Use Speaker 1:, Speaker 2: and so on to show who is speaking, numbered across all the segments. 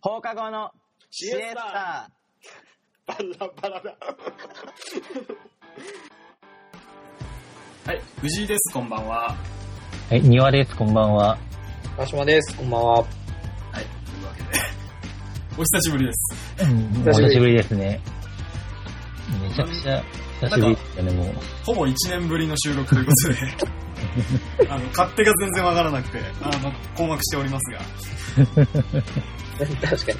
Speaker 1: 放課後のシ
Speaker 2: シ
Speaker 1: エ
Speaker 2: エ
Speaker 1: ス
Speaker 2: ス
Speaker 1: タ
Speaker 2: タバラバラだ。
Speaker 3: はい、藤井です、こんばんは。
Speaker 4: はい、庭です、こんばんは。
Speaker 5: 川島です。こんばんは。
Speaker 3: はい、というわけで、 お久しぶりです。
Speaker 4: うん、お
Speaker 5: 久しぶり
Speaker 4: 久しぶりですね。めちゃくちゃ久しぶりですよね、もう。
Speaker 3: ほぼ1年ぶりの収録ということで、あ の、勝手が全然わからなくて、あの、困惑しておりますが、
Speaker 5: 確かに。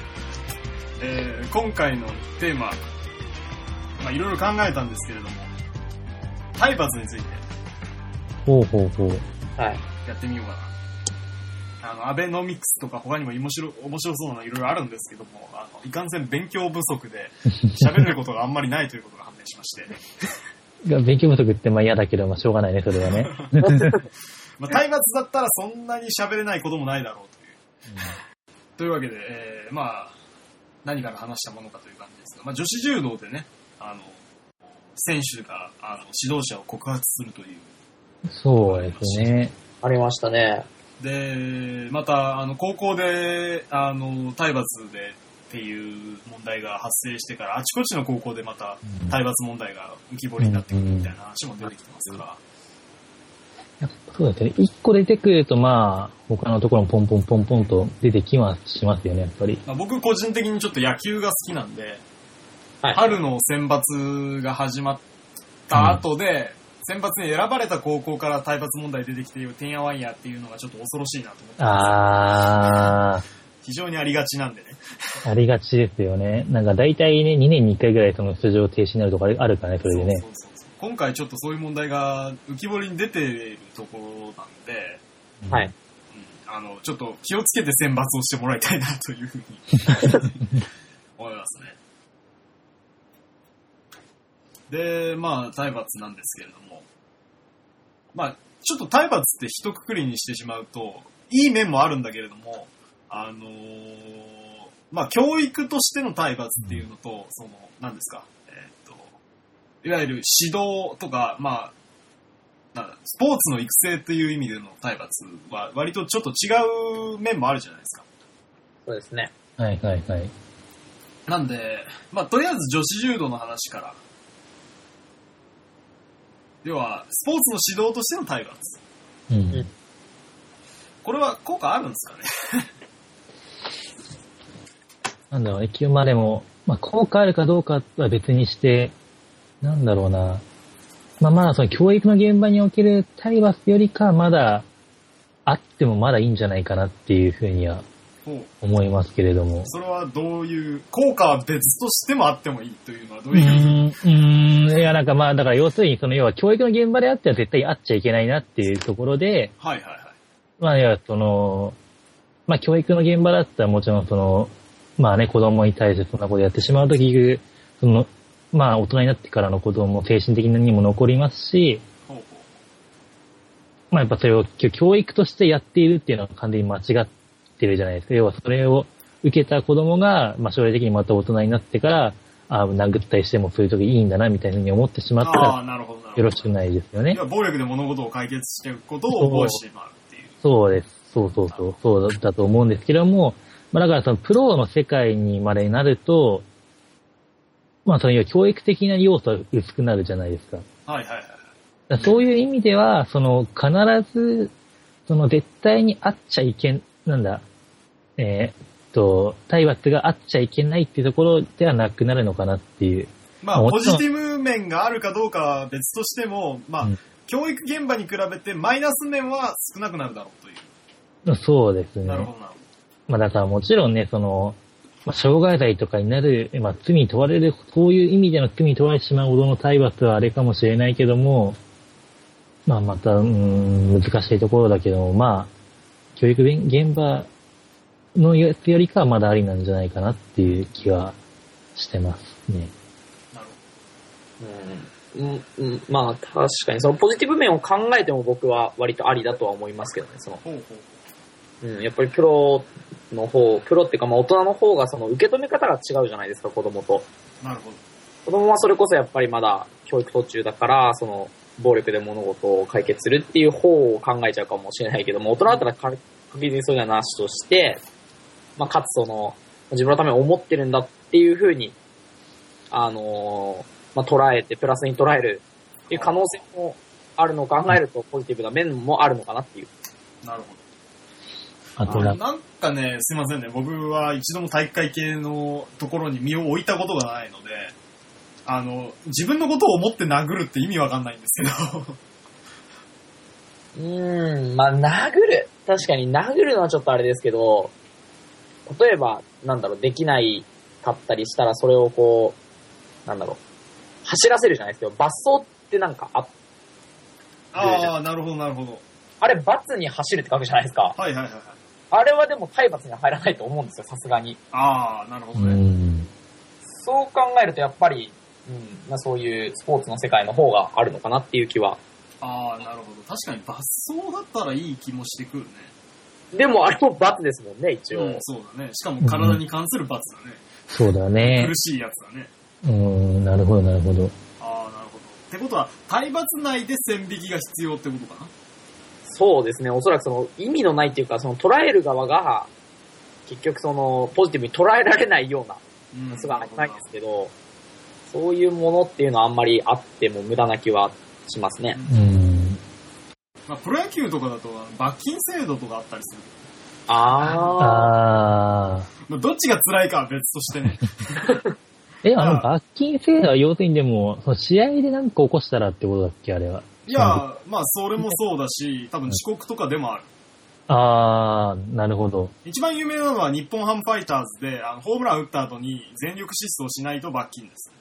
Speaker 3: えー今回のテーマ、まあ、いろいろ考えたんですけれども、体罰について
Speaker 4: ほうほうほう。
Speaker 5: はい。
Speaker 3: やってみようかな。あの、アベノミクスとか他にも面白面白そうなのいろいろあるんですけども、あの、いかんせん勉強不足で、喋れることがあんまりないということが判明しまして、
Speaker 4: が勉強不足ってまあ嫌だけど、まあしょうがないね、それはね。
Speaker 3: まあ、体罰だったらそんなに喋れないこともないだろうという。というわけで、えーまあ、何から話したものかという感じですが、まあ、女子柔道でね、あの、選手が、あの、指導者を告発するという。
Speaker 4: そうですね。
Speaker 5: ありましたね。
Speaker 3: で、また、あの、高校で、あの、体罰でっていう問題が発生してから、あちこちの高校でまた
Speaker 4: うん
Speaker 3: 体罰問題が浮き彫りになってくるみたいな話も出てきてますから、
Speaker 4: そうですね。一個出てくると、まあ、他のところもポンポンポンポンと出てきはしますよね、やっぱり。
Speaker 3: まあ、僕個人的にちょっと野球が好きなんで、
Speaker 5: はい
Speaker 3: 春の選抜が始まった後で、選抜に選ばれた高校から体罰問題出てきているてんやわんやっていうのがちょっと恐ろしいなと思ってま
Speaker 4: あ
Speaker 3: す。非常にありがちなんでね。
Speaker 4: ー、ありがちですよね。なんか大体ね、2年に1回ぐらいその出場停止になるとかあるからね、それでね。
Speaker 3: そうそうそう今回ちょっとそういう問題が浮き彫りに出ているところなんで、
Speaker 5: はい。
Speaker 3: うんあの、ちょっと気をつけて選抜をしてもらいたいなというふうに思いますね。で、まあ、体罰なんですけれども、まあ、ちょっと体罰って一括りにしてしまうと、いい面もあるんだけれども、あのーまあ、教育としての体罰っていうのと、その、何ですか、えーっと、いわゆる指導とか、まあ、なんだスポーツの育成という意味での体罰は割とちょっと違う面もあるじゃないですか。
Speaker 5: そうですね。
Speaker 4: はいはいはい。
Speaker 3: なんで、まあとりあえず女子柔道の話から。要は、スポーツの指導としての体罰。
Speaker 4: うん。
Speaker 3: これは効果あるんですかね
Speaker 4: なんだろうね、清までも、まあ、効果あるかどうかは別にして、なんだろうな。まあ、まだその教育の現場における体罰よりかはまだ、あってもまだいいんじゃないかなっていうふうには
Speaker 3: ほう
Speaker 4: 思いますけれども。
Speaker 3: それはどういう、効果は別としてもあってもいいというのはど
Speaker 4: う
Speaker 3: ういう意味、
Speaker 4: ーん、うーん、いや、なんかまあ、だから要するに、その要は教育の現場であっては絶対あっちゃいけないなっていうところで、
Speaker 3: はいはいはい。
Speaker 4: まあ、いや、その、まあ、教育の現場だったらもちろん、その、まあね、子供に対してそんなことやってしまうと、結局、その、まあ、大人になってからの子供も精神的にも残りますし、
Speaker 3: ほうほ
Speaker 4: まあ、やっぱそれを教教育としてやっているっていうのは完全に間違ってるじゃないですか。要は、それを受けた子供が、まあ、将来的にまた大人になってから、ああ、殴ったりしてもそういう時いいんだな、みたいなふうに思ってし
Speaker 3: う。
Speaker 4: まった
Speaker 3: あ
Speaker 4: ら、
Speaker 3: あ、なるほどなるほど。
Speaker 4: よろしくないですよね
Speaker 3: 要。は暴力で物事を解決していくことを防止してもらうっていう。
Speaker 4: そうです。そうそうそう。そうだと思うんですけども、まあだからそのプロの世界にまでになると、まあその教育的な要素は薄くなるじゃないですか。だか
Speaker 3: はいはいはい。
Speaker 4: らそういう意味では、その必ず、その絶対にあっちゃいけん、なんだ、えーっと、体罰があっちゃいけないっていうところではなくなるのかなっていう。
Speaker 3: まあ、
Speaker 4: も
Speaker 3: ポ
Speaker 4: ちろ
Speaker 3: ジ
Speaker 4: ん
Speaker 3: ティブ面があるかどうかは別としても、まあ、
Speaker 4: うん
Speaker 3: 教育現場に比べてマイナス面は少なくなるだろうという。
Speaker 4: そうですね。
Speaker 3: なるほどなるほ
Speaker 4: まあだからもちろんね、その、まあ、障害罪とかになる、まあ罪に問われる、そういう意味での罪に問われてしまうほどの体罰はあれかもしれないけども、まあまた、うーん、難しいところだけども、まあ、教育現現場のやつよりかはまだありなんじゃないかなっていう気はしてますね。
Speaker 3: ど。なる
Speaker 5: うん。うん、まあ、確かに、そのポジティブ面を考えても僕は割とありだとは思いますけどね。その、
Speaker 3: ほど。ほうほう
Speaker 5: うん、やっぱりプロの方、プロっていうか、まあ大人の方がその受け止め方が違うじゃないですか、子供と。
Speaker 3: なるほど。
Speaker 5: 子供はそれこそやっぱりまだ教育途中だから、その、暴力で物事を解決するっていう方を考えちゃうかもしれないけども、大人だったらか確実にそういうのはなしとして、まあ、かつその、自分のために思ってるんだっていうふうに、あのーまあ、捉えて、プラスに捉えるっていう可能性もあるのを考えると、ポジティブな面もあるのかなっていう。
Speaker 3: なるほど。
Speaker 4: あと
Speaker 3: あ
Speaker 4: な、
Speaker 3: なんかね、すいませんね、僕は一度も体育会系のところに身を置いたことがないので、あの、自分のことを思って殴るって意味わかんないんですけど、
Speaker 5: うーん、まあ、殴る。確かに殴るのはちょっとあれですけど、例えば、なんだろう、できないかったりしたら、それをこう、なんだろう、走らせるじゃないですけど、罰走ってなんかあ、
Speaker 3: ああ、なるほど、なるほど。
Speaker 5: あれ罰に走るって書くじゃないですか。
Speaker 3: はいはいはいはい。
Speaker 5: あれはでも体罰には入らないと思うんですよ、さすがに。
Speaker 3: ああ、なるほ
Speaker 4: う
Speaker 3: どね。
Speaker 4: ん。
Speaker 5: そう考えるとやっぱり、うん、まあそういうスポーツの世界の方があるのかなっていう気は。
Speaker 3: ああ、なるほど。確かに罰走だったらいい気もしてくるね。
Speaker 5: でもあれも罰ですもんね、一応。
Speaker 3: うん、そうだね。しかも体に関する罰だね。
Speaker 4: そうだね
Speaker 3: 苦。しいやつだね。
Speaker 4: うん、なるほど、なるほど。
Speaker 3: ああ、なるほど。ってことは、体罰内で線引きが必要ってことかな
Speaker 5: そうですね、おそらくその意味のないっていうか、その捉える側が、結局そのポジティブに捉えられないような、
Speaker 3: うん。
Speaker 5: すごいないですけど、そういうものっていうのはあんまりあっても無駄な気はしますね。
Speaker 4: うん。
Speaker 3: まあ、プロ野球とかだと、あの罰金制度とかあったりする。
Speaker 5: ああ。
Speaker 4: ああ。
Speaker 3: まあ、どっちが辛いかは別として ね。
Speaker 4: え、あの、罰金制度は要するにでも、その試合でなんか起こしたらってことだっけ、あれは。
Speaker 3: いや、まあ、それもそうだし、多分遅刻とかでもある。
Speaker 4: あー、なるほど。
Speaker 3: 一番有名なのは日本ハムファイターズで、あのホームラン打った後に全力疾走しないと罰金です。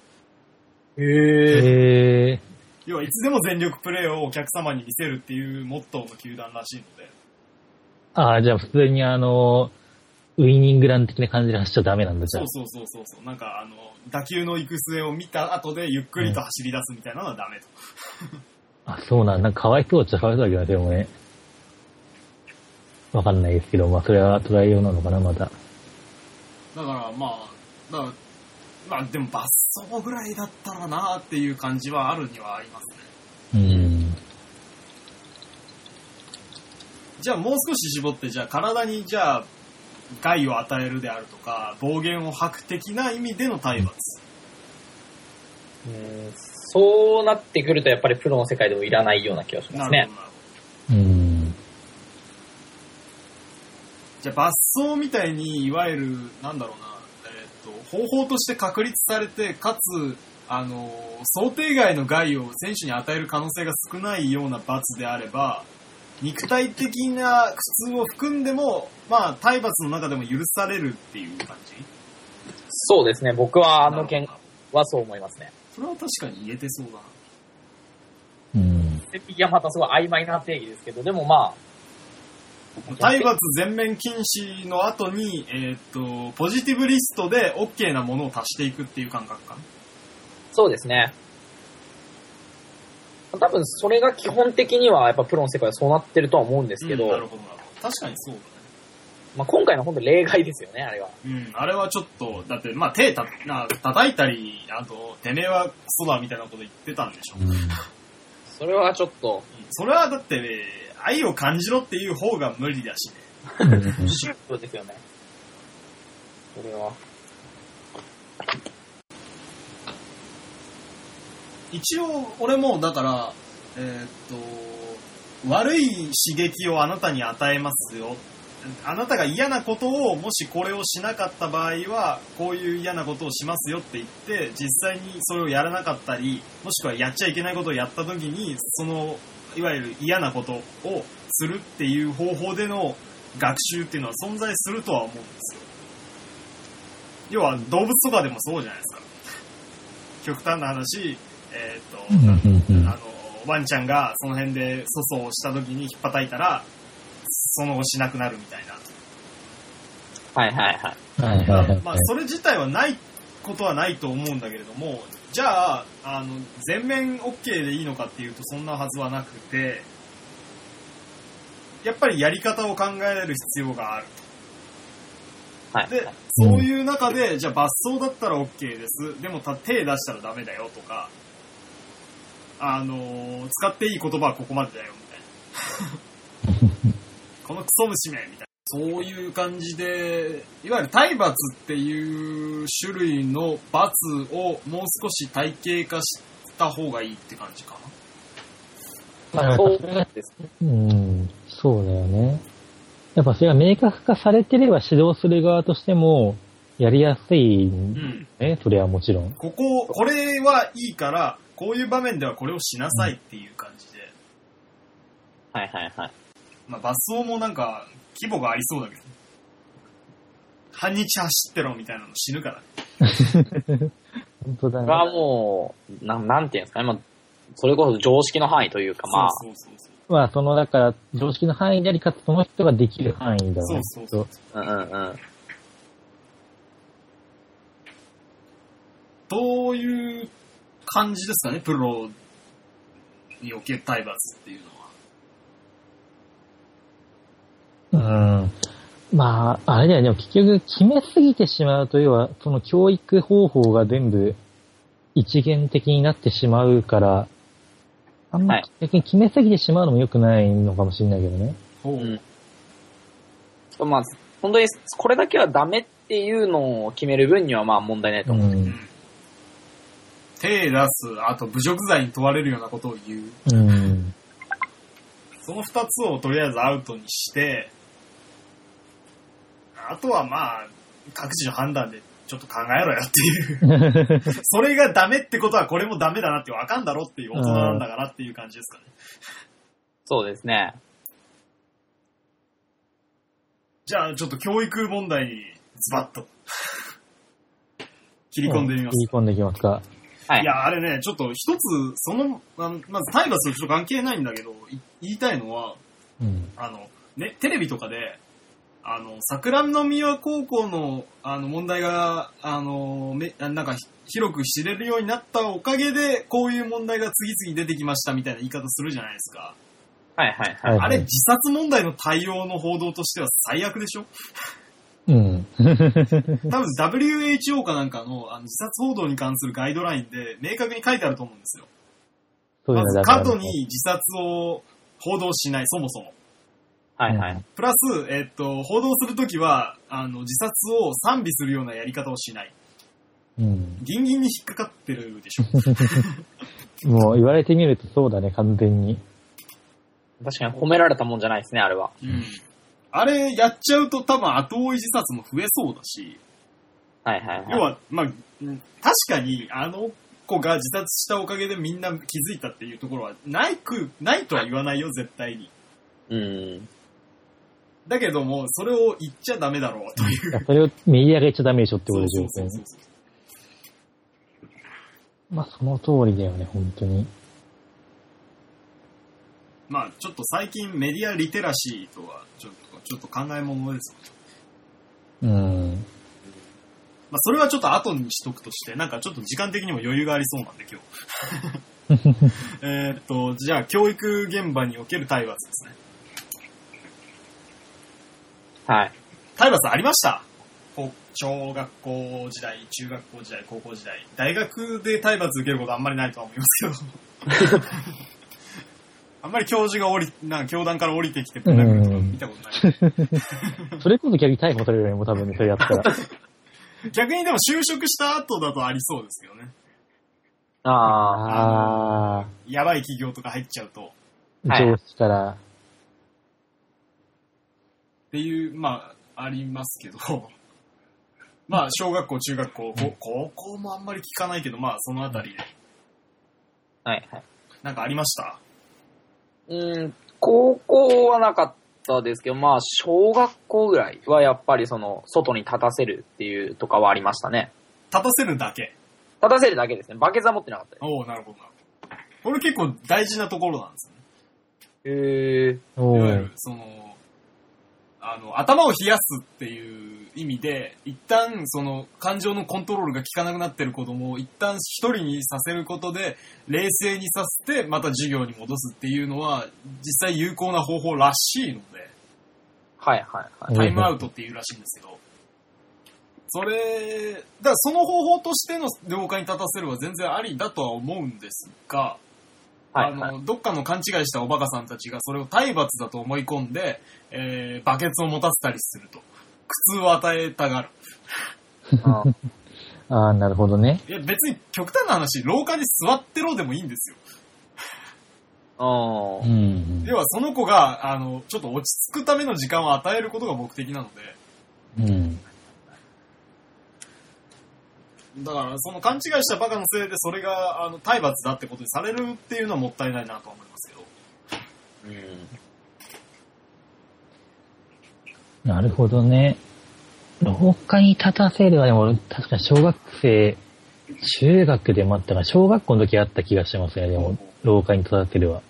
Speaker 5: へえ。
Speaker 4: へえ。
Speaker 3: 要はいつでも全力プレーをお客様に見せるっていうモットーの球団らしいので。
Speaker 4: あー、じゃあ普通にあの、ウイニングラン的な感じで走っちゃダメなんだ、じ
Speaker 3: そ
Speaker 4: ゃ
Speaker 3: うそうそうそうそう。なんか、あの、打球の行く末を見た後でゆっくりと走り出すみたいなのはダメと。
Speaker 4: あ。あ、そうなん、なんかかわいそうっちゃかわいそうだけどね、でもね。わかんないですけど、まあそれは捉えようなのかな、まだ。
Speaker 3: だから、まあ、だからまあ、でも罰走ぐらいだったらなっていう感じはあるにはありますね。
Speaker 4: うん。
Speaker 3: じゃあもう少し絞って、じゃあ体にじゃあ害を与えるであるとか、暴言を吐く的な意味での体罰。
Speaker 5: うんそうなってくるとやっぱりプロの世界でもいらないような気がしま
Speaker 3: なるほ
Speaker 5: す
Speaker 3: ど、
Speaker 5: ね
Speaker 3: なる。ほど。
Speaker 4: うん。
Speaker 3: じゃあ罰走みたいに、いわゆる、なんだろうな、えーっと、方法として確立されて、かつ、あの、想定外の害を選手に与える可能性が少ないような罰であれば、肉体的な苦痛を含んでも、まあ、体罰の中でも許されるっていう感じ
Speaker 5: そうですね。僕はあの件
Speaker 3: なるほど
Speaker 5: はそう思いますね。
Speaker 3: それは確かに言えてそうだな。
Speaker 4: うん。
Speaker 5: 線引きはまたすごい曖昧な定義ですけど、でもま
Speaker 3: 体罰全面禁止の後に、えーっと、ポジティブリストで OK なものを足していくっていう感覚かな。
Speaker 5: あ、そうですね。多分それが基本的にはやっぱプロの世界はそうなってるとは思うんですけど、
Speaker 3: うんなるほどなるほど。確かにそうだね。
Speaker 5: まあ、今回の本当例外ですよね、あれは。
Speaker 3: うん、あれはちょっと、だって、まあ、手た、な、叩いたり、あと、てめえはクソだみたいなこと言ってたんでしょ。うん
Speaker 5: それはちょっと、
Speaker 3: それはだって、ね、愛を感じろっていう方が無理だしね。
Speaker 5: シュートですよね。それは。
Speaker 3: 一応、俺も、だから、えーっと、悪い刺激をあなたに与えますよ。あなたが嫌なことを、もしこれをしなかった場合は、こういう嫌なことをしますよって言って、実際にそれをやらなかったり、もしくはやっちゃいけないことをやった時に、その、いわゆる嫌なことをするっていう方法での学習っていうのは存在するとは思うんですよ。要は、動物とかでもそうじゃないですか。極端な話、えーっと、なん
Speaker 4: うんうん
Speaker 3: あの、ワンちゃんがその辺で粗相をした時に引っ叩いたら、その後しなくなるみたいな。
Speaker 5: はいはいはい。
Speaker 4: はいはいはいはい。
Speaker 3: まあ、それ自体はないことはないと思うんだけれども、じゃあ、あの、全面 OK でいいのかっていうとそんなはずはなくて、やっぱりやり方を考える必要がある。
Speaker 5: はい。
Speaker 3: で、そういう中で、じゃあ罰走だったら OK です。でもた手出したらダメだよとか、あのー 使っていい言葉はここまでだよみたいな。このクソ虫めみたいそういう感じで、いわゆる体罰っていう種類の罰をもう少し体系化した方がいいって感じかな。
Speaker 5: まあ、そうですね。
Speaker 4: うん、そうだよね。やっぱそれが明確化されてれば指導する側としても、やりやすいん
Speaker 3: う
Speaker 4: だ
Speaker 3: ん。
Speaker 4: よね、それはもちろん。
Speaker 3: ここ、これはいいから、こういう場面ではこれをしなさいっていう感じで。
Speaker 5: はいはいはい。
Speaker 3: まあ、バスオもなんか、規模がありそうだけど。半日走ってろみたいなの死ぬからね。
Speaker 4: 本当だ
Speaker 5: こ
Speaker 4: ね
Speaker 5: れ。はもう、なん、なんていうんですかね。まあ、それこそ常識の範囲というか、まあ、
Speaker 3: そうそうそう
Speaker 4: まあ、その、だから、常識の範囲であり、かつその人ができる範囲だよ
Speaker 3: そう。
Speaker 4: ね。
Speaker 3: そうそうそう。
Speaker 5: うんうんうん。
Speaker 3: どういう感じですかね、プロにおける体罰っていうのは。
Speaker 4: うん。まあ、あれだよね、結局、決めすぎてしまうと、要は、その教育方法が全部、一元的になってしまうから、あんま
Speaker 5: はい
Speaker 4: 逆に決めすぎてしまうのも良くないのかもしれないけどね。
Speaker 3: ほ
Speaker 5: うんまあ、本当に、これだけはダメっていうのを決める分には、まあ問題ないと
Speaker 4: う
Speaker 5: 思う。
Speaker 4: ん。
Speaker 3: 手出す、あと侮辱罪に問われるようなことを言う。
Speaker 4: うん。
Speaker 3: その二つをとりあえずアウトにして、あとはまあ、各自の判断でちょっと考えろよっていう。 それがダメってことはこれもダメだなってわかんだろっていう大人なんだからっていう感じですかね。
Speaker 5: そうですね。
Speaker 3: じゃあちょっと教育問題にズ バッと切り込んでみます
Speaker 4: 切。り込んでいきますか。
Speaker 5: はいい。
Speaker 3: や、あれね、ちょっと一つ、その、あのまず体罰とちょっと関係ないんだけど、い言いたいのは、
Speaker 4: うん。
Speaker 3: あの、ね、テレビとかで、あの、桜宮高校の、あの、問題が、あの、め、あなんか、ひ広く知れるようになったおかげで、こういう問題が次々出てきましたみたいな言い方するじゃないですか。
Speaker 5: はいはいはい。
Speaker 4: はい
Speaker 3: あれ、自殺問題の対応の報道としては最悪で しょ
Speaker 4: うん。
Speaker 3: 多分 WHO かなんかのあの自殺報道に関するガイドラインで明確に書いてあると思うんですよ。
Speaker 4: そういう
Speaker 3: ま
Speaker 4: の
Speaker 3: ず
Speaker 4: だか
Speaker 3: 過
Speaker 4: ら
Speaker 3: 度に自殺を報道しない、そもそも。
Speaker 5: はいはい。
Speaker 3: プラス、えっと、報道するときは、あの、自殺を賛美するようなやり方をしない。
Speaker 4: うん。
Speaker 3: ギンギンに引っかかってるでしょ。
Speaker 4: もう言われてみるとそうだね、完全に。
Speaker 5: 確かに褒められたもんじゃないですね、あれは。
Speaker 3: うん。あれ、やっちゃうと多分後追い自殺も増えそうだし、
Speaker 5: はいはいはい。
Speaker 3: 要は、まあ、うん確かに、あの子が自殺したおかげでみんな気づいたっていうところは、ないく、ないとは言わないよ、絶対に。
Speaker 5: うん。
Speaker 3: だけども、それを言っちゃダメだろう、という。
Speaker 4: いやそれをメディアが言っちゃダメでしょってことです
Speaker 3: そう
Speaker 4: よ
Speaker 3: そう
Speaker 4: ね
Speaker 3: そう。そう。
Speaker 4: まあ、その通りだよね、本当に。
Speaker 3: まあちょっと最近メディアリテラシーとはちょっとちょっと考えものですよね。
Speaker 4: うん。
Speaker 3: まあそれはちょっと後にしとくとして、なんかちょっと時間的にも余裕がありそうなんで今日。えーっと、じゃあ教育現場における体罰ですね。
Speaker 5: はい。
Speaker 3: 体罰ありましたこう小学校時代、中学校時代、高校時代。大学で体罰受けることあんまりないとは思いますけど。あんまり教授が降り、なんか教団から降りてきてぶん殴るとか見たことない。
Speaker 4: それこそ逆に逮捕されるよりも多分ね、それやったら。
Speaker 3: 逆にでも就職した後だとありそうですけどね。
Speaker 5: ああ。
Speaker 4: あ
Speaker 3: やばい企業とか入っちゃうと。っ
Speaker 4: あ、上司から。
Speaker 3: ていう、まあ、ありますけど。 まあ、小学校、中学校、こ高校もあんまり聞かないけど、まあ、そのあたりで。
Speaker 5: はいはい。
Speaker 3: なんかありました
Speaker 5: うん、高校はなかったですけど、まあ、小学校ぐらいはやっぱりその、外に立たせるっていうとかはありましたね。
Speaker 3: 立たせるだけ。
Speaker 5: 立たせるだけですね。バケツは持ってなかったで
Speaker 3: おおなるほどなるほど。これ結構大事なところなんですね。
Speaker 5: す。へえ。
Speaker 4: お
Speaker 3: いわゆ
Speaker 4: ー
Speaker 3: る、その、あの、頭を冷やすっていう意味で、一旦、その、感情のコントロールが効かなくなってる子供を一旦一人にさせることで、冷静にさせて、また授業に戻すっていうのは、実際有効な方法らしいので、
Speaker 5: はいはいはい。
Speaker 3: タイムアウトっていうらしいんですけど、それ、だからその方法としての了解に立たせるは全然ありだとは思うんですが、
Speaker 5: はい
Speaker 3: あ
Speaker 5: は
Speaker 3: の、どっかの勘違いしたおバカさんたちがそれを体罰だと思い込んで、えー、バケツを持たせたりすると。苦痛を与えたがる。
Speaker 5: うん
Speaker 4: ああ、なるほどね。
Speaker 3: いや、別に極端な話、廊下に座ってろでもいいんですよ。
Speaker 4: う
Speaker 5: うんん。
Speaker 3: 要はその子が、あの、ちょっと落ち着くための時間を与えることが目的なので、
Speaker 4: うん。うん。
Speaker 3: だからその勘違いしたバカのせいでそれがあの体罰だってことにされるっていうのはもったいないなとは思いますけど。
Speaker 4: なるほどね。廊下に立たせるは、でも俺確かに小学生、中学でもあったから、小学校の時あった気がしますね、でも、廊下に立たせるは。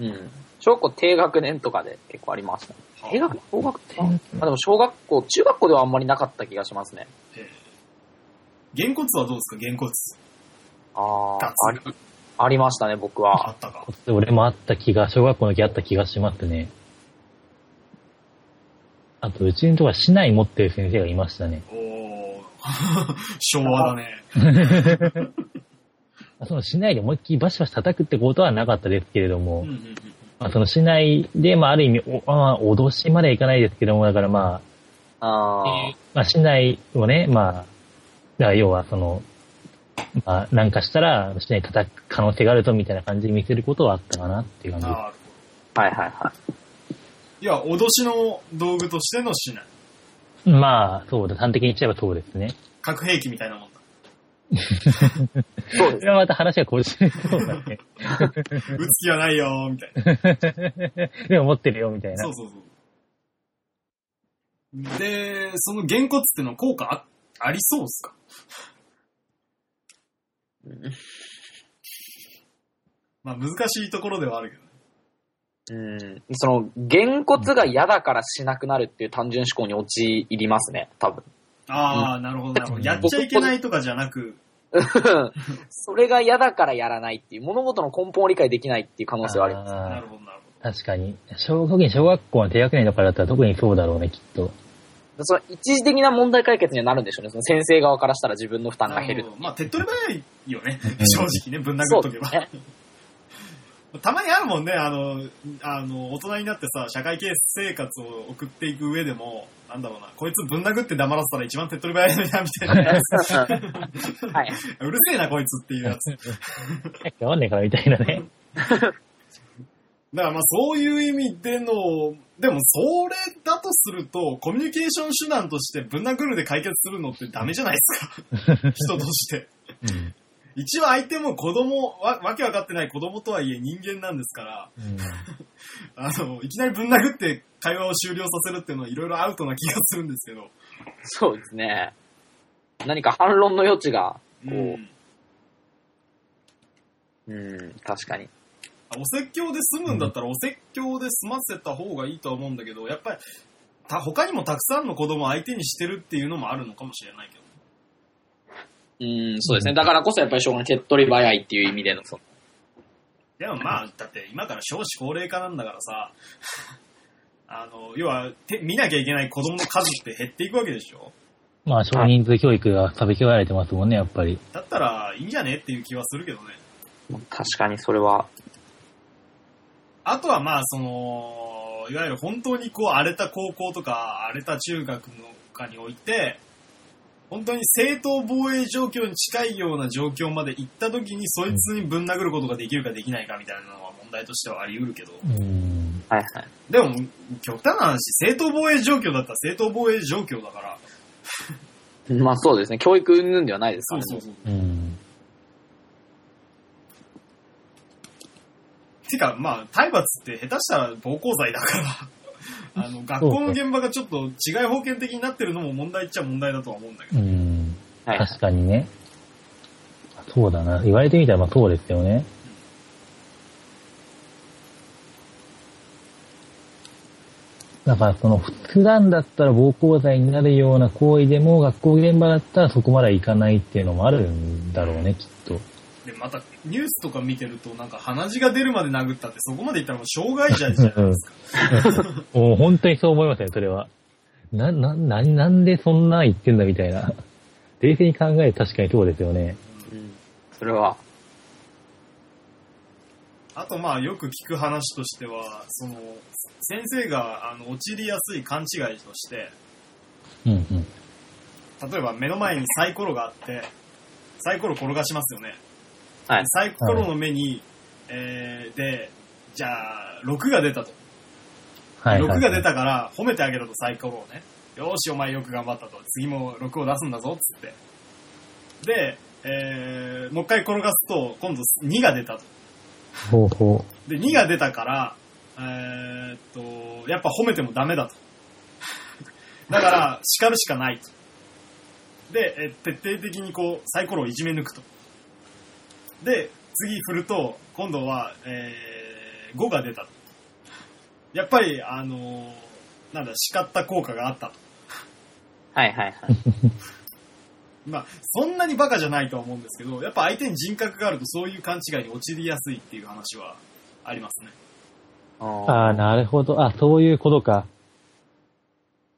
Speaker 5: うん。小学校低学年とかで結構ありましたね。低学年小学校あでも小学校、中学校ではあんまりなかった気がしますね。
Speaker 3: えー、げんこつはどうですかげんこつ。
Speaker 5: ああ
Speaker 3: ガ、
Speaker 5: あり
Speaker 3: ツ
Speaker 5: ありましたね、僕
Speaker 3: あ
Speaker 5: は。
Speaker 3: ったか。
Speaker 4: 俺もあった気が、小学校の時あった気がしますね。あと、うちのとこは市内持ってる先生がいましたね。
Speaker 3: おー 昭和だね。
Speaker 4: まあその市内で思いっきりバシバシ叩くってことはなかったですけれども、
Speaker 3: うんうんうん
Speaker 4: まあ、その市内で、まあ、ある意味、おまあ、脅しまではいかないですけども、だからま
Speaker 5: あ
Speaker 4: あ、
Speaker 5: あ、
Speaker 4: まあ、市内をね、まあ、だから要はその、まあ、なんかしたら、市内叩く可能性があるぞみたいな感じで見せることはあったかなっていう感じです。
Speaker 3: なるほ
Speaker 5: はいはいは
Speaker 3: ど。いや、脅しの道具としてのしない。
Speaker 4: まあ、そうだ、端的に言っちゃえばそうですね。
Speaker 3: 核兵器みたいなもんだ。
Speaker 5: い。そうで
Speaker 4: そ
Speaker 5: す。
Speaker 4: れはまた話がこじれそうだ ね。
Speaker 3: 撃つ気はないよーみたい な。
Speaker 4: でも持ってるよ、みたいな
Speaker 3: そう。そうそう。で、そのげんこつってのは効果あありそうですかまあ難しいところではあるけどね。
Speaker 5: うん。その、げんこつが嫌だからしなくなるっていう単純思考に陥りますね、多 分。
Speaker 3: ああ、なるほど、なるほど。やっちゃいけないとかじゃなく、
Speaker 5: それが嫌だからやらないっていう、物事の根本を理解できないっていう可能性はあります。
Speaker 4: あー
Speaker 3: なるほど、なるほ
Speaker 4: 確かに。小特に小学校の低学年とかだったら特にそうだろうね、きっと。
Speaker 5: その一時的な問題解決にはなるんでしょうね。その先生側からしたら自分の負
Speaker 3: ど。
Speaker 5: 担が減る
Speaker 3: な。ほどまあ手っ取り早いよね
Speaker 4: うん。
Speaker 3: 正直ね、ぶん殴
Speaker 5: そ
Speaker 3: っ
Speaker 5: う
Speaker 3: とけ
Speaker 5: で
Speaker 3: ば
Speaker 5: す。ね。
Speaker 3: たまにあるもんね、あの、あの、大人になってさ、社会系生活を送っていく上でも、なんだろうな、こいつぶん殴って黙らせたら一番手っ取り早いのにな、みた いな。
Speaker 5: はい。
Speaker 3: うるせえな、こいつっていうやつ。だ
Speaker 4: 早く変わんねえからみたいな ね。
Speaker 3: からまあそういう意味での、でもそれだとすると、コミュニケーション手段としてぶん殴るで解決するのってダメじゃない ですか。人として。
Speaker 4: うん
Speaker 3: 一応相手も子供、わ、わけわかってない子供とはいえ人間なんですから、
Speaker 4: うん
Speaker 3: あの、いきなりぶん殴って会話を終了させるっていうのはいろいろアウトな気がするんですけど。
Speaker 5: そうですね。何か反論の余地が、
Speaker 3: う
Speaker 5: こ
Speaker 3: ん。
Speaker 5: う、うん、確かに。
Speaker 3: お説教で済むんだったらお説教で済ませた方がいいとは思うんだけど、やっぱり、た他にもたくさんの子供を相手にしてるっていうのもあるのかもしれないけど。
Speaker 5: うん、そうですね。だからこそやっぱりしょうがない。手っ取り早いっていう意味での、その
Speaker 3: でもまあ、だって今から少子高齢化なんだからさ、 あの、要は、て見なきゃいけない子供の数って減っていくわけでしょ
Speaker 4: まあ、少人数教育が差別られてますもんね、やっぱり。
Speaker 3: だったらいいんじゃねっていう気はするけどね。
Speaker 5: 確かにそれは、
Speaker 3: あとはまあ、その、いわゆる本当にこう荒れた高校とか、荒れた中学のかにおいて、本当に正当防衛状況に近いような状況まで行った時に、そいつにぶん殴ることができるかできないかみたいなのは問題としてはあり得るけど、
Speaker 4: うん。
Speaker 5: はいはい。
Speaker 3: でも、極端な話、正当防衛状況だったら正当防衛状況だから、
Speaker 5: まあそうですね。教育云々ではないですか
Speaker 3: そう
Speaker 5: ら
Speaker 3: そう
Speaker 5: ね。
Speaker 3: そう。
Speaker 4: うん。
Speaker 3: てか、まあ、体罰って下手したら暴行罪だ から、あの、学校の現場がちょっと違い保険的になってるのも問題っちゃ問題だとは思うんだけど。
Speaker 4: うん。
Speaker 5: はいはい
Speaker 4: 確かにね。そうだな。言われてみたら、まあ、そうですよね。だから、その、普段だったら暴行罪になるような行為でも、学校現場だったらそこまでいかないっていうのもあるんだろうね、きっと。
Speaker 3: で、また、ニュースとか見てると、なんか鼻血が出るまで殴ったって、そこまでいったらもう障害者じゃないですか。
Speaker 4: もう本当にそう思いますね、それは。な、な、な、なんでそんな言ってんだみたいな。冷静に考える確かにそうですよね。
Speaker 5: うんそれは、
Speaker 3: あとまあよく聞く話としては、その、先生があの陥りやすい勘違いとして、
Speaker 4: うんうん。
Speaker 3: 例えば目の前にサイコロがあって、サイコロ転がしますよね。
Speaker 5: はい
Speaker 3: サイコロの目に、えー、で、じゃあ、6が出たと。
Speaker 4: はい、はい。
Speaker 3: 6が出たから褒めてあげたとサイコロをね。よーし、お前よく頑張ったと。次も6を出すんだぞ、つって。で、えー、もう一回転がすと、今度2が出たと。
Speaker 4: ほうほ
Speaker 3: で、2が出たから、えーっと、やっぱ褒めてもダメだと。だから、叱るしかないと。で、え徹底的にこう、サイコロをいじめ抜くと。で、次振ると、今度は、えー、5が出たと。やっぱり、あのーなんだ、叱った効果があったと。
Speaker 5: はいはいはい。
Speaker 3: まあ、そんなにバカじゃないとは思うんですけど、やっぱ相手に人格があるとそういう勘違いに陥りやすいっていう話はありますね。
Speaker 4: う。
Speaker 5: あ
Speaker 4: ああ、なるほど。あ、そういうことか。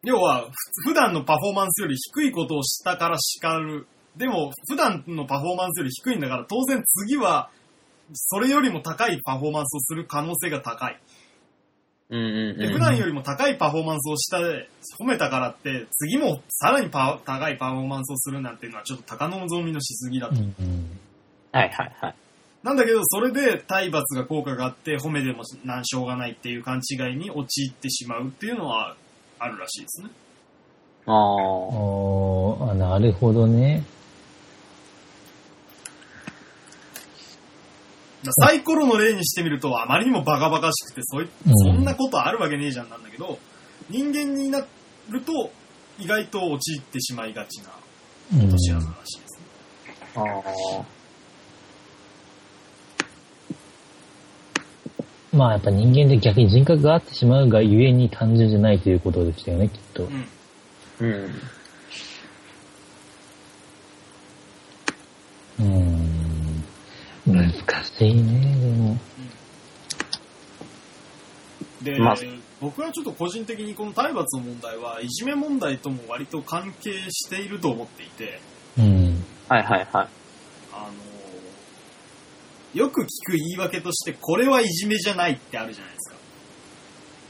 Speaker 3: 要は、ふ普段のパフォーマンスより低いことをしたから叱る。でも、普段のパフォーマンスより低いんだから、当然次は、それよりも高いパフォーマンスをする可能性が高い。
Speaker 5: ーうんうん
Speaker 3: で
Speaker 5: う
Speaker 3: 普
Speaker 5: ん。
Speaker 3: 段よりも高いパフォーマンスをした、褒めたからって、次もさらにパ高いパフォーマンスをするなんていうのはちょっと高望みのしすぎだ
Speaker 4: う
Speaker 3: と。
Speaker 4: んうん。
Speaker 5: はいはいはい。
Speaker 3: なんだけど、それで体罰が効果があって、褒めでもなんしょうがないっていう勘違いに陥ってしまうっていうのはあるらしいですね。
Speaker 5: ああ。
Speaker 4: おーあ、なるほどね。
Speaker 3: だからサイコロの例にしてみると、あまりにもバカバカしくて、そい
Speaker 4: うん
Speaker 3: そんなことあるわけねえじゃんなんだけど、人間になると、意外と陥ってしまいがちな
Speaker 4: うん
Speaker 3: 落とし穴らしいですね。
Speaker 5: ああ。
Speaker 4: まあやっぱ人間で逆に人格があってしまうがゆえに単純じゃないということでしたよね、きっと
Speaker 3: う。ん。
Speaker 5: うん。
Speaker 4: うーん。難しいね、でも。
Speaker 3: で、
Speaker 5: まあ
Speaker 3: 僕はちょっと個人的にこの体罰の問題はいじめ問題とも割と関係していると思っていて、
Speaker 4: うん。
Speaker 5: はいはいはい。
Speaker 3: あのーよく聞く言い訳として、これはいじめじゃないってあるじゃないですか。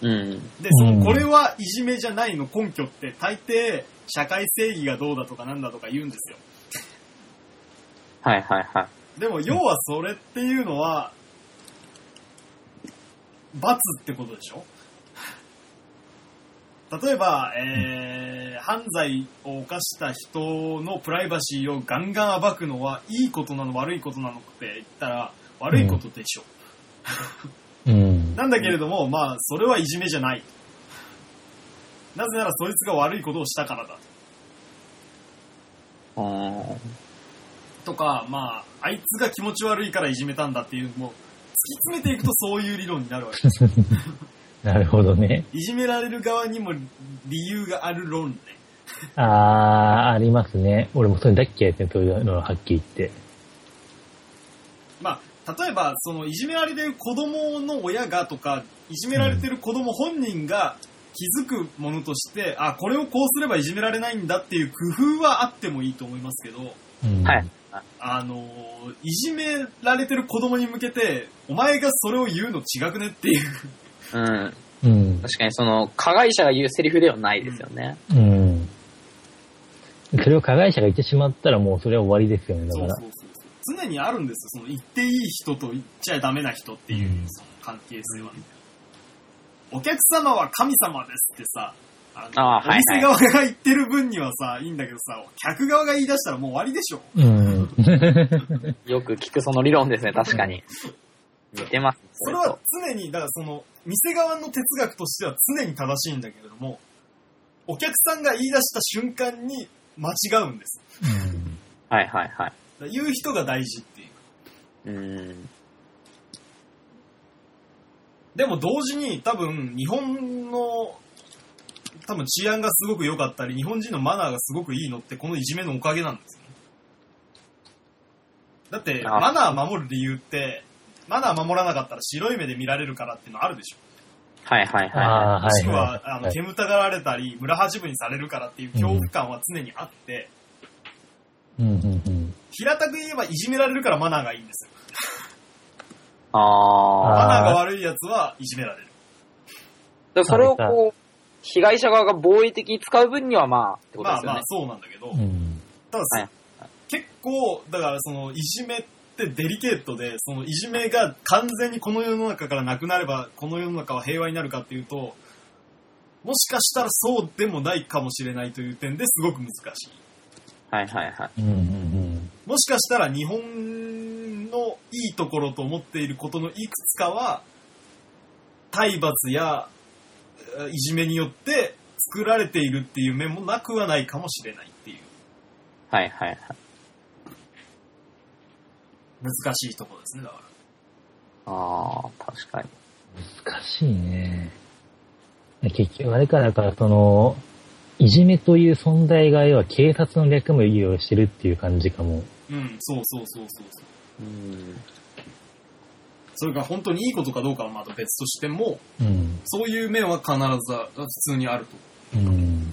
Speaker 5: うん。
Speaker 3: で、そ
Speaker 4: うん
Speaker 3: の、これはいじめじゃないの根拠って、大抵、社会正義がどうだとかなんだとか言うんですよ。
Speaker 5: はいはいはい。
Speaker 3: でも、要はそれっていうのは、罰ってことでしょ例えば、えー、犯罪を犯した人のプライバシーをガンガン暴くのはいいことなの悪いことなのって言ったら悪いことでしょ。
Speaker 4: うん。
Speaker 3: なんだけれども、まあ、それはいじめじゃない。なぜならそいつが悪いことをしたからだ。
Speaker 5: あー
Speaker 3: とか、まあ、あいつが気持ち悪いからいじめたんだっていうのも、突き詰めていくとそういう理論になるわけです。
Speaker 4: なるほどね。
Speaker 3: いじめられる側にも理由がある論ね。
Speaker 4: ああ、ありますね。俺もそれだっけってそういうのははっきり言って。
Speaker 3: まあ、例えば、その、いじめられてる子供の親がとか、いじめられてる子供本人が気づくものとして、あ、これをこうすればいじめられないんだっていう工夫はあってもいいと思いますけど、
Speaker 4: うん。
Speaker 5: はい。。
Speaker 3: あのーいじめられてる子供に向けて、お前がそれを言うの違くねっていう。
Speaker 5: うん。
Speaker 4: うん。
Speaker 5: 確かにその、加害者が言うセリフではないですよね。
Speaker 4: うん。それを加害者が言ってしまったらもうそれは終わりですよね、だ
Speaker 3: そ
Speaker 4: か
Speaker 3: う
Speaker 4: ら。
Speaker 3: そうそうそう常にあるんですよその言っていい人と言っちゃダメな人っていう、
Speaker 4: うん
Speaker 3: その関係性は、お客様は神様ですってさあの
Speaker 5: あーはいはい
Speaker 3: お店側が言ってる分にはさいいんだけどさ客側が言い出したらもう終わりでしょ
Speaker 4: うん。
Speaker 5: よく聞くその理論ですね、確かに。似てます。
Speaker 3: それは常にだからその店側の哲学としては常に正しいんだけれどもお客さんが言い出した瞬間に間違うんです
Speaker 5: はいはいはい。
Speaker 3: だから言う人が大事っていう
Speaker 5: うん。
Speaker 3: でも同時に多分日本の多分治安がすごく良かったり日本人のマナーがすごくいいのってこのいじめのおかげなんですよね。だって
Speaker 5: あ
Speaker 3: マナー守る理由ってマナー守らなかったら白い目で見られるからっていうのあるでしょ。
Speaker 5: はいはい
Speaker 4: あ
Speaker 5: は
Speaker 4: あ、は
Speaker 3: もし
Speaker 4: い
Speaker 3: くは、
Speaker 4: は
Speaker 3: あ
Speaker 4: い。
Speaker 3: の、煙たがられたり、村八分にされるからっていう恐怖感は常にあって、
Speaker 4: うんうんうん。
Speaker 3: 平たく言えばいじめられるからマナーがいいんですよ。
Speaker 5: ああ。
Speaker 3: マナーが
Speaker 4: ああ、
Speaker 3: 悪いやつはいじめられる。
Speaker 5: でもそれをこう、被害者側が防衛的に使う分にはまあ、ってことで
Speaker 3: ますあ
Speaker 5: よ
Speaker 3: ま
Speaker 5: ね
Speaker 3: あ。そうなんだけど、
Speaker 4: うん。
Speaker 3: ただ、
Speaker 5: はい
Speaker 3: 結構、だからそのいじめってデリケートで、そのいじめが完全にこの世の中からなくなれば、この世の中は平和になるかっていうと、もしかしたらそうでもないかもしれないという点ですごく難しい。
Speaker 5: はいはいはい。
Speaker 4: うんうんうん。
Speaker 3: もしかしたら日本のいいところと思っていることのいくつかは、体罰やえいじめによって作られているっていう面もなくはないかもしれないっていう
Speaker 5: はいはいはい。
Speaker 3: 難しいところですね、だから。
Speaker 5: ああ、確かに。
Speaker 4: 難しいね。結局、あれかだから、その、いじめという存在が、要は警察の略も利用してるっていう感じかも。
Speaker 3: うん、そうそうそうそうそ
Speaker 5: う
Speaker 3: う。
Speaker 5: ん。
Speaker 3: それが本当にいいことかどうかはまた別としても、
Speaker 4: うん。
Speaker 3: そういう面は必ず普通にあると。
Speaker 4: うん。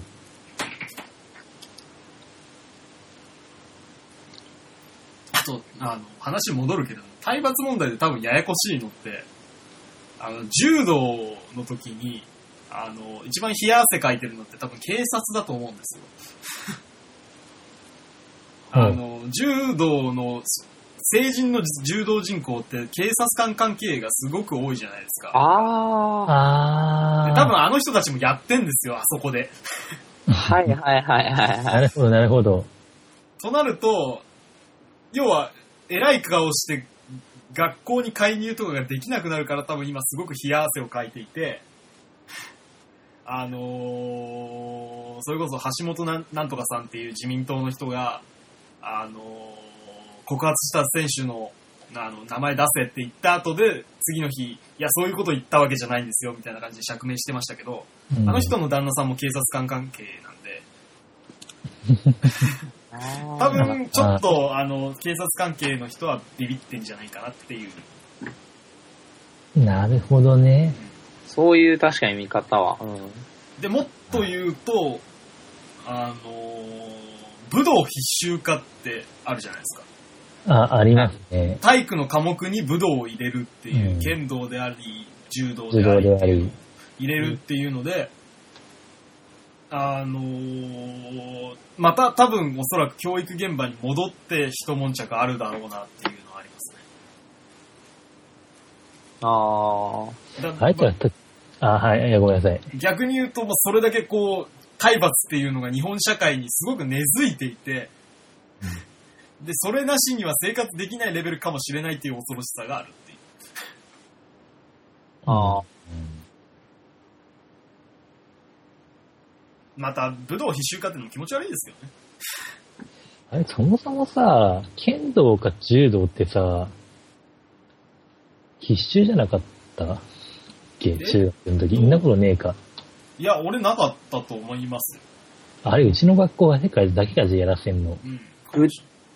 Speaker 3: あと、あの、話戻るけど、体罰問題で多分ややこしいのって、あの、柔道の時に、あの、一番冷や汗かいてるのって多分警察だと思うんですよ。あの、柔道の、成人の柔道人口って警察官関係がすごく多いじゃないですか。
Speaker 5: ああ、
Speaker 4: あ
Speaker 3: で
Speaker 4: あ。
Speaker 3: 多分あの人たちもやってんですよ、あそこで。
Speaker 5: はいはいはいはいは。
Speaker 4: ないるほど、なるほど。
Speaker 3: となると、要は、偉い顔して、学校に介入とかができなくなるから多分今すごく冷や汗をかいていて、あのーそれこそ橋本なんなんとかさんっていう自民党の人が、あのー告発した選手のあの名前出せって言った後で、次の日、いや、そういうこと言ったわけじゃないんですよ、みたいな感じで釈明してましたけど、
Speaker 4: うん
Speaker 3: あの人の旦那さんも警察官関係なんで、多分ちょっとあの警察関係の人はビビってんじゃないかなっていう、
Speaker 4: なるほどね。
Speaker 5: そういう確かに見方は。うん。
Speaker 3: でもっと言うとあのー武道必修化ってあるじゃないですか
Speaker 4: あ、ありますね。
Speaker 3: 体育の科目に武道を入れるっていう、
Speaker 4: うん
Speaker 3: 剣道であり柔道
Speaker 4: 自
Speaker 3: であ
Speaker 4: 動
Speaker 3: り
Speaker 4: であり。
Speaker 3: 入れるっていうので、あのーまた多分おそらく教育現場に戻って一悶着あるだろうなっていうのはありますね
Speaker 5: ああ。
Speaker 3: だ
Speaker 4: あえてはた、あ、はい、いやごめんなさい。
Speaker 3: 逆に言うと、まあ、それだけこう、体罰っていうのが日本社会にすごく根付いていて、で、それなしには生活できないレベルかもしれないっていう恐ろしさがあるっていう。
Speaker 5: ああ。
Speaker 3: また、武道必修化っていうのも気持ち悪いですよね。
Speaker 4: あれ、そもそもさ、剣道か柔道ってさ、必修じゃなかったっけ
Speaker 3: え
Speaker 4: 中学の時。そんなことねえか。
Speaker 3: いや、俺なかったと思いますよ。
Speaker 4: あれ、うちの学校は世界だけがやらせんの。
Speaker 3: うん。
Speaker 5: ぶ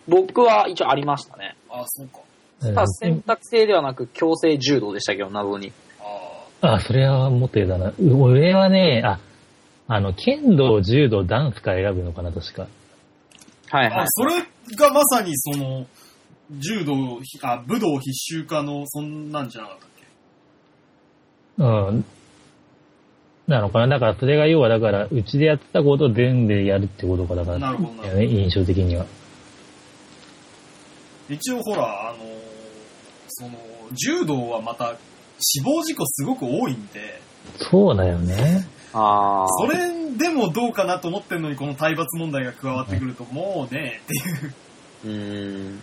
Speaker 5: 僕は一応ありましたね。
Speaker 3: あ、そうか。
Speaker 4: うん
Speaker 5: ただ選択制ではなく強制柔道でしたけど、謎に。
Speaker 3: あ
Speaker 4: あ、それはもっとやだな。う俺はね、あ、あの、剣道、柔道、ダンスから選ぶのかな、確か。
Speaker 5: はい
Speaker 3: あ。
Speaker 5: は
Speaker 3: あ
Speaker 5: い、。
Speaker 3: それがまさにその、柔道、あ、武道必修化の、そんなんじゃなかったっけ
Speaker 4: うん。なのかな。だから、それが要は、だから、うちでやってたことを全部やるってことか、だから、
Speaker 3: なるほどな
Speaker 4: だよね、印象的には。
Speaker 3: 一応ほら、あのーその、柔道はまた死亡事故すごく多いんで、
Speaker 4: そうだよね。
Speaker 5: ああ。
Speaker 3: それでもどうかなと思ってんのにこの体罰問題が加わってくると、もうね、っていう。
Speaker 5: うーん。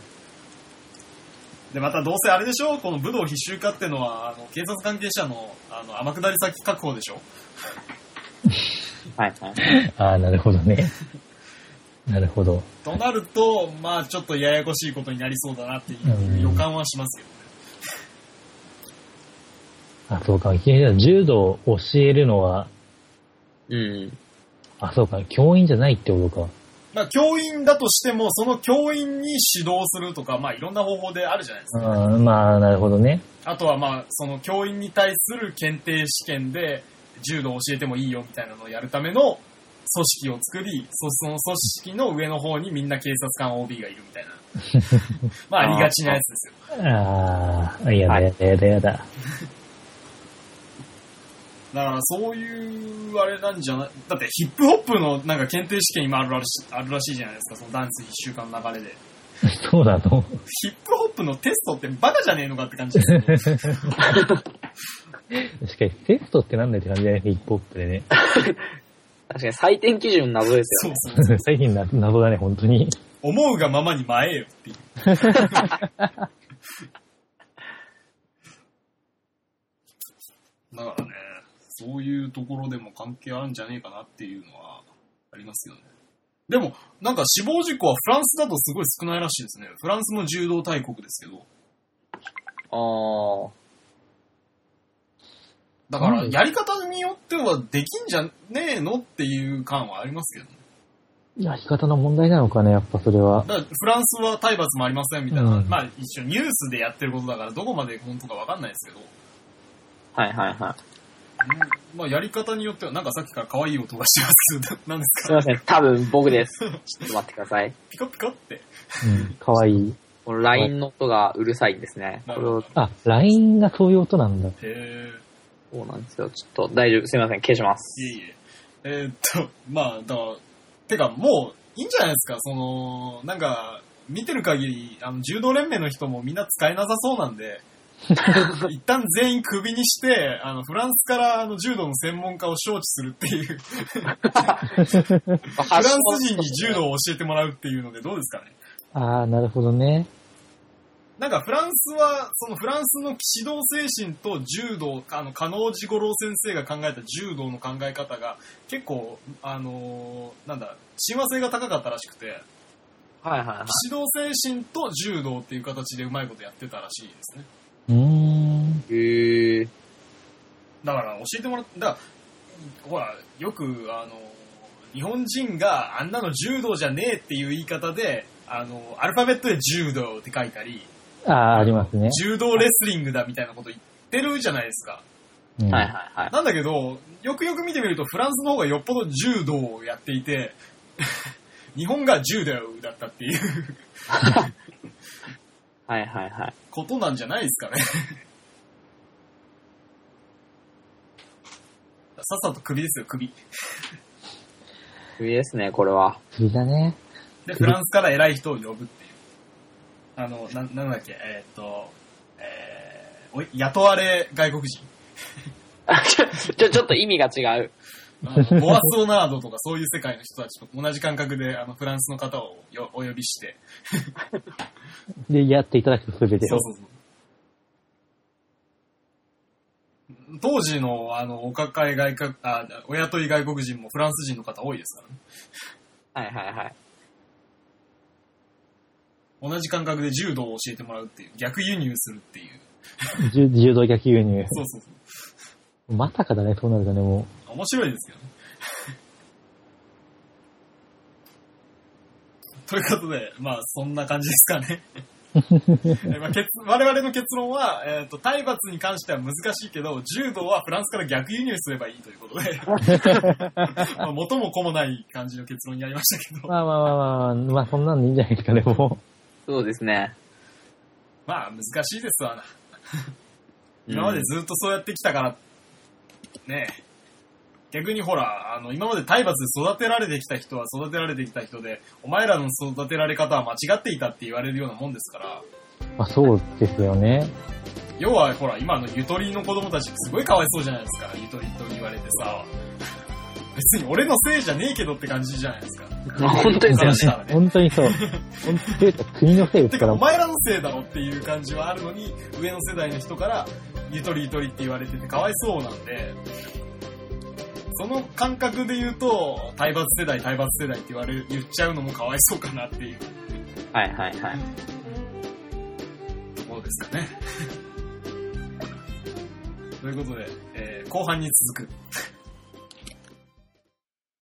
Speaker 3: で、またどうせあれでしょこの武道必修化ってのは、あの、警察関係者の、あの、天下り先確保でしょ
Speaker 5: はいはい。
Speaker 4: ああ、なるほどね。 なるほど。
Speaker 3: となると、まあちょっとややこしいことになりそうだなっていう予感はしますよね。
Speaker 4: あ、そうか。君は柔道を教えるのは、
Speaker 5: うん。
Speaker 4: あ、そうか。教員じゃないってことか。
Speaker 3: まあ教員だとしても、その教員に指導するとか、まあいろんな方法であるじゃないですか。
Speaker 4: うん、まあ、なるほどね。
Speaker 3: あとはまあ、その教員に対する検定試験で柔道を教えてもいいよみたいなのをやるための組織を作り、そその組織の上の方にみんな警察官 OB がいるみたいな。まあ、ありがちなやつですよ。
Speaker 4: ああ、やだやだやだやだ。
Speaker 3: だから、そういう、あれなんじゃない、だってヒップホップのなんか検定試験今あるらしあるらしいじゃないですか、そのダンス一週間の流れで。
Speaker 4: そうなの
Speaker 3: ヒップホップのテストってバカじゃねえのかって感じですけど
Speaker 4: 確かにテストってなんだよって感じだよね、ヒップホップでね。
Speaker 5: 確かに採点基準謎です
Speaker 3: そ
Speaker 5: よ
Speaker 3: う
Speaker 5: ね。
Speaker 3: そうそう。
Speaker 4: 最近な謎だね、本当に。
Speaker 3: 思うがままに前へよっていう。だからね、そういうところでも関係あるんじゃねえかなっていうのはありますよね。でも、なんか死亡事故はフランスだとすごい少ないらしいですね。フランスも柔道大国ですけど。
Speaker 5: あ
Speaker 3: だから、
Speaker 4: うん
Speaker 3: やり方によってはできんじゃねえのっていう感はありますけどね。
Speaker 4: やり方の問題なのかね、やっぱそれは。
Speaker 3: だからフランスは体罰もありませんみたいな、
Speaker 4: うん
Speaker 3: まあ一応ニュースでやってることだからどこまで本当かわかんないですけど、
Speaker 5: あ。はいはいはい。
Speaker 3: うんまあやり方によっては、なんかさっきから可愛い音がします。 なんです
Speaker 5: すい
Speaker 3: か
Speaker 5: ません、多分僕 です。ちょっと待ってください。
Speaker 3: ピカピカって。
Speaker 4: うん、かわいい。
Speaker 5: この LINE の音がうるさいんですね。
Speaker 3: な
Speaker 5: こ
Speaker 3: る
Speaker 5: れ
Speaker 3: ほ
Speaker 5: を、
Speaker 3: ど
Speaker 4: あ、LINE がそういう音なんだ。
Speaker 3: へ
Speaker 5: そうなんですよ。ちょっと大丈夫。すいません、消します。
Speaker 3: え、いえいえ。えーっと、まあ、だから、てかもういいんじゃないですか、その、なんか、見てる限り、あの、柔道連盟の人もみんな使えなさそうなんで、一旦全員クビにして、あの、フランスからあの柔道の専門家を招致するっていう、フ
Speaker 5: フ
Speaker 3: ランス人に柔道を教えてもらうっていうのでどうですかね。
Speaker 4: ああ、なるほどね。
Speaker 3: なんかフランスは、そのフランスの指導精神と柔道、あの、加納治五郎先生が考えた柔道の考え方が、結構、あのーなんだ、親和性が高かったらしくて、
Speaker 5: はいはいはい。
Speaker 3: 指導精神と柔道っていう形でうまいことやってたらしいですね。
Speaker 4: うーん。
Speaker 5: へー
Speaker 3: だから教えてもらって、だからほら、よく、あの、日本人があんなの柔道じゃねえっていう言い方で、あの、アルファベットで柔道って書いたり、
Speaker 4: ああ、ありますね。
Speaker 3: 柔道レスリングだみたいなこと言ってるじゃないですか。
Speaker 4: うん
Speaker 5: はいはいはい。
Speaker 3: なんだけど、よくよく見てみると、フランスの方がよっぽど柔道をやっていて、 日本が柔道だったっていう
Speaker 5: はいはいはい。
Speaker 3: ことなんじゃないですかね。 さっさと首ですよ、首。
Speaker 5: 不利ですね、これ は。
Speaker 4: 不思議だね。
Speaker 3: で、フランスから偉い人を呼ぶっていう。あの、な、なんだっけ、えーっと、えー、おい雇われ外国人。
Speaker 5: あちょ、ちょ、ちょっと意味が違う。
Speaker 3: あのボアソーナードとかそういう世界の人たちと同じ感覚で、あの、フランスの方をよお呼びして、
Speaker 4: で、やっていただくと全て
Speaker 3: そう
Speaker 4: を。
Speaker 3: そうそう。当時の、あの、お抱え外国、あ、お雇い外国人もフランス人の方多いですからね。
Speaker 5: はいはいはい。
Speaker 3: 同じ感覚で柔道を教えてもらうっていう、逆輸入するっていう。
Speaker 4: じゅ柔道逆輸入。
Speaker 3: そうそうそう。
Speaker 4: まさかだね、そうなるとね、も
Speaker 3: 面白いですけどね。 ということで、まあ、そんな感じですかね。えまあ、結我々の結論は、えっと体罰に関しては難しいけど柔道はフランスから逆輸入すればいいということでまあ元も子もない感じの結論になりましたけ
Speaker 4: う。
Speaker 3: ど
Speaker 4: まあまあまあまあ、まあそんなんでいいんじゃないですかね、も
Speaker 5: そうですね。
Speaker 3: まあ難しいですわ
Speaker 5: う
Speaker 3: な
Speaker 5: ん
Speaker 3: 今までずっとそうやってきたから、ねえ逆にほらあの今まで体罰で育てられてきた人は育てられてきた人でお前らの育てられ方は間違っていたって言われるようなもんですから
Speaker 4: う。まあそうですよね。
Speaker 3: 要はほら今のゆとりの子供たちすごいかわいそうじゃないですかゆとりと言われてさ別に俺のせいじゃねえけどって感じじゃないですか
Speaker 5: 本当ですよね。
Speaker 3: そうですね
Speaker 4: 本当にそう。本当に国のせいで
Speaker 3: て
Speaker 4: す
Speaker 3: か
Speaker 4: か。
Speaker 3: ら お前らのせいだろっていう感じはあるのに上の世代の人からゆとりゆとりって言われててかわいそうなんでその感覚で言うと体罰世代体罰世代って言われる言っちゃうのもかわいそうかなっていう
Speaker 5: はいはいはい。
Speaker 3: ところですかねということで、えー後半に続く